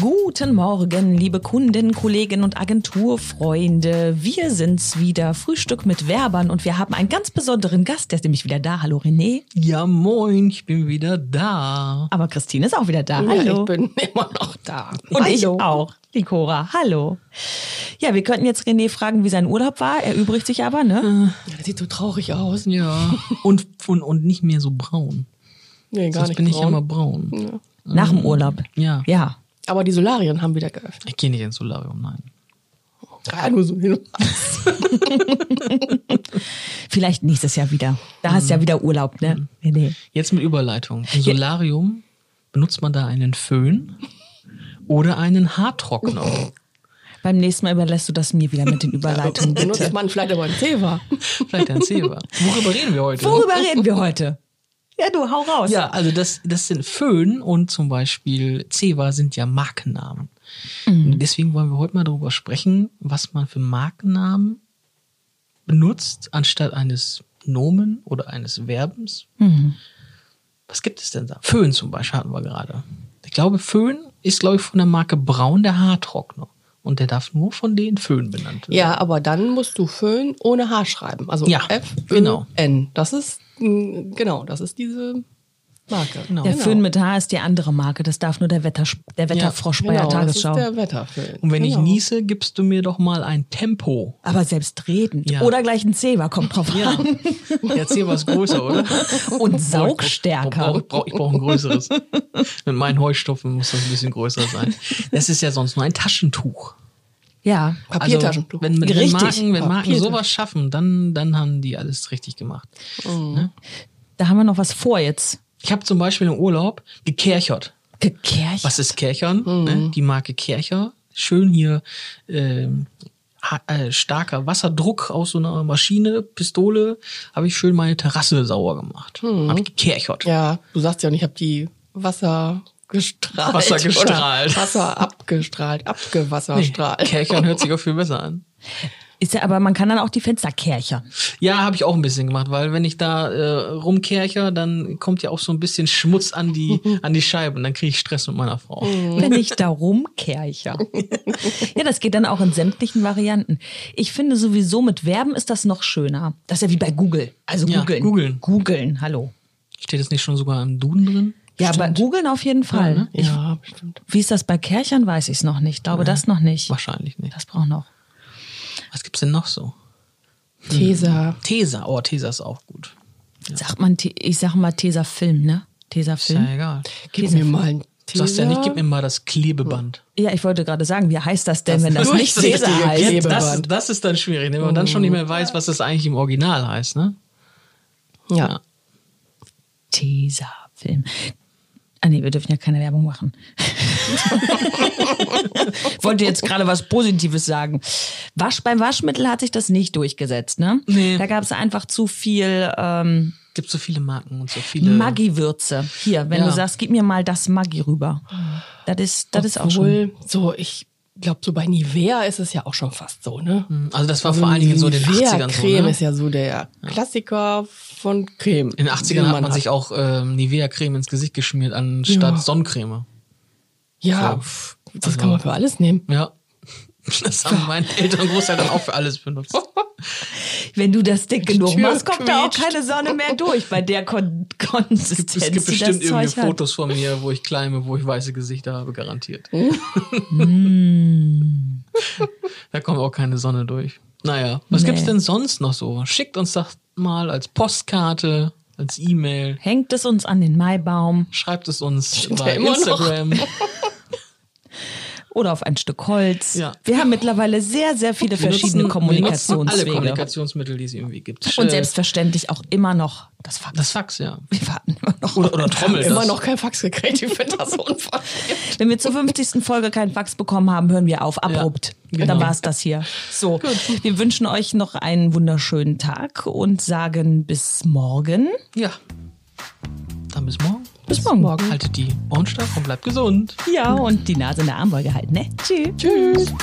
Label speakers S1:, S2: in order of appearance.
S1: Guten Morgen, liebe Kunden, Kollegen und Agenturfreunde. Wir sind's wieder, Frühstück mit Werbern und wir haben einen ganz besonderen Gast, der ist nämlich wieder da. Hallo René.
S2: Ja, moin, ich bin wieder da.
S1: Aber Christine ist auch wieder da.
S2: Ja,
S1: Hallo.
S2: ich bin immer noch da.
S1: und ich
S2: Hallo.
S1: auch. Die Cora. Hallo. Ja, wir könnten jetzt René fragen, wie sein Urlaub war. Er übrigt sich aber, ne?
S2: Ja, das sieht so traurig aus. Ja. Und, und, und nicht mehr so braun.
S3: Nee, gar
S2: Sonst
S3: nicht.
S2: bin ich
S3: braun.
S2: immer braun.
S3: Ja.
S1: Nach dem Urlaub.
S2: Ja.
S1: Ja.
S3: Aber die Solarien haben wieder geöffnet.
S2: Ich gehe nicht ins Solarium, nein. Oh
S3: Ja, nur so hin.
S1: Vielleicht nächstes Jahr wieder. Da hast
S2: Mhm.
S1: du ja wieder Urlaub, ne? René.
S2: Jetzt mit Überleitung. Im Solarium benutzt man da einen Föhn oder einen Haartrockner.
S1: Beim nächsten Mal überlässt du das mir wieder mit den Überleitungen, bitte.
S3: Benutzt man vielleicht aber einen Zewa.
S2: Vielleicht ein Zebra. Worüber reden wir heute?
S1: Worüber reden wir heute? Ja, du, hau raus.
S2: Ja, also das, das sind Föhn und zum Beispiel Zewa sind ja Markennamen.
S3: Mhm.
S2: Deswegen wollen wir heute mal darüber sprechen, was man für Markennamen benutzt, anstatt eines Nomen oder eines Verbens.
S3: Mhm.
S2: Was gibt es denn da? Föhn zum Beispiel hatten wir gerade. Ich glaube, Föhn ist, glaube ich, von der Marke Braun der Haartrockner. Und der darf nur von den Föhn benannt werden.
S3: Ja, aber dann musst du Föhn ohne H schreiben. Also
S2: Ja,
S3: F
S2: genau.
S3: Ö N. Das ist mh, genau, das ist diese Marke.
S2: Genau.
S1: Der Föhn mit Haar ist die andere Marke. Das darf nur der, Wettersch- der Wetterfrosch bei
S3: genau,
S1: der Tagesschau.
S3: Das ist der Wetterföhn.
S2: Und wenn
S3: genau.
S2: ich niese, gibst du mir doch mal ein Tempo.
S1: Aber selbstredend.
S2: Ja.
S1: Oder gleich ein Zebra, kommt drauf
S2: Ja,
S1: an.
S2: jetzt hier was größer, oder?
S1: Und
S2: Brauch-
S1: saugstärker.
S2: brauch- Ich brauche ein größeres. Mit meinen Heustoffen muss das ein bisschen größer sein. Das ist ja sonst nur ein Taschentuch.
S1: Ja.
S3: Papiertaschentuch.
S2: also wenn, wenn, wenn
S1: Richtig.
S2: Marken, wenn Marken
S3: Papiertaschen-
S2: sowas schaffen, dann, dann haben die alles richtig gemacht. Ne?
S1: Da haben wir noch was vor jetzt.
S2: Ich habe zum Beispiel im Urlaub gekerchert.
S1: Gekercht.
S2: Was ist Kerchern?
S3: Mhm.
S2: Ne? Die Marke Kercher. Schön hier ähm, ha- äh, starker Wasserdruck aus so einer Maschine, Pistole. Habe ich schön meine Terrasse sauer gemacht. Habe ich gekerchert.
S3: Mhm. Ja, du sagst ja, und ich habe die Wasser gestrahlt.
S2: Wasser gestrahlt.
S3: Oder Wasser abgestrahlt,
S2: Nee,
S3: abgewasserstrahlt.
S2: Kerchern hört sich auch viel besser an.
S1: Ist ja, aber man kann dann auch die Fenster kerchern.
S2: Ja, habe ich auch ein bisschen gemacht, weil wenn ich da äh, rumkercher, dann kommt ja auch so ein bisschen Schmutz an die, an die Scheibe und dann kriege ich Stress mit meiner Frau.
S1: Wenn ich da rumkercher. Ja, das geht dann auch in sämtlichen Varianten. Ich finde sowieso mit Verben ist das noch schöner. Das ist ja wie bei Google. Also
S2: Ja,
S1: googeln.
S2: googeln.
S1: Googeln, hallo.
S2: Steht das nicht schon sogar im Duden drin?
S1: Ja, aber googeln auf jeden Fall.
S2: ne?
S1: ich,
S3: Ja, bestimmt.
S1: wie ist das bei Kerchern, weiß ich es noch nicht. Ich glaube das noch nicht.
S2: Wahrscheinlich nicht.
S1: Das braucht noch.
S2: Was gibt's denn noch so?
S3: Tesa.
S2: Tesa. Oh, Tesa ist auch gut.
S1: Sagt man, Te- ich sag mal Tesafilm, ne?
S2: Ist ja
S1: Tesafilm.
S2: egal.
S3: Gib mir mal einen
S2: Hm? Du
S3: Tesa.
S2: sagst ja nicht, gib mir mal das Klebeband.
S1: Ja, ich wollte gerade sagen, wie heißt das denn, wenn das
S3: ist
S1: nicht
S3: das
S1: Tesa
S3: richtige
S1: heißt?
S3: Klebe-
S2: Das,
S3: Klebeband.
S2: das ist dann schwierig, ne? wenn man dann schon nicht mehr weiß, was das eigentlich im Original heißt. Ne?
S3: Ja.
S1: Tesafilm. Ah nee, wir dürfen ja keine Werbung machen. Wollte jetzt gerade was Positives sagen. Wasch, beim Waschmittel hat sich das nicht durchgesetzt, ne?
S2: Nee.
S1: Da gab es einfach zu viel ähm,
S2: Gibt so viele Marken und so viele.
S1: Maggi-Würze. Hier, wenn
S2: Ja.
S1: du sagst, gib mir mal das Maggi rüber. Das ist, das ist auch schon.
S3: Mhm. Obwohl, so, ich glaube, so bei Nivea ist es ja auch schon fast so, ne?
S2: Also das war vor allen Dingen so in den
S3: Nivea
S2: 80ern so.
S3: Creme
S2: Ne?
S3: ist ja so der Klassiker von Creme.
S2: In den 80ern hat man sich auch ähm, Nivea-Creme ins Gesicht geschmiert, anstatt
S3: Ja.
S2: Sonnencreme.
S3: Ja,
S2: so.
S3: pf, das
S2: also
S3: kann man für alles nehmen.
S2: Ja. Das haben meine Eltern und Großeltern auch für alles benutzt.
S1: Wenn du das dick genug
S3: Tür
S1: machst, kommt da auch
S3: quietscht.
S1: keine Sonne mehr durch bei der Kon Konsistenz.
S2: Es gibt
S1: die
S2: bestimmt
S1: das Zeug
S2: irgendwie
S1: hat.
S2: Fotos von mir, wo ich klein bin, wo ich weiße Gesichter habe, garantiert.
S1: Oh.
S2: Hm. da kommt auch keine Sonne durch. Naja, was
S1: Nee.
S2: gibt's denn sonst noch so? Schickt uns das mal als Postkarte, als E-Mail.
S1: Hängt es uns an den Maibaum
S2: Schreibt es uns
S3: Steht
S2: bei
S3: der immer noch?
S2: Instagram.
S1: oder auf ein Stück Holz?
S2: Ja.
S1: Wir haben mittlerweile sehr, sehr viele
S2: Wir
S1: verschiedene
S2: nutzen- wir nutzen Alle
S1: Kommunikationswege.
S2: Kommunikationsmittel, die es irgendwie gibt.
S1: Und
S2: Äh,
S1: selbstverständlich auch immer noch das Fax.
S2: das Fax, ja.
S1: Wir warten immer noch.
S2: Oder, oder Trommel.
S3: Immer
S2: das.
S3: noch kein Fax gekriegt, ich finde das unverschämt.
S1: Wenn wir zur 50. Folge keinen Fax bekommen haben, hören wir auf. Abrupt.
S2: genau.
S1: Dann war es das hier. So, wir wünschen euch noch einen wunderschönen Tag und sagen bis morgen.
S2: Ja. Dann bis morgen.
S1: Bis morgen.
S2: Haltet die Ohren steif und bleibt gesund.
S1: Ja, und die Nase in der Armbeuge halten, ne? Tschüss.
S3: Tschüss.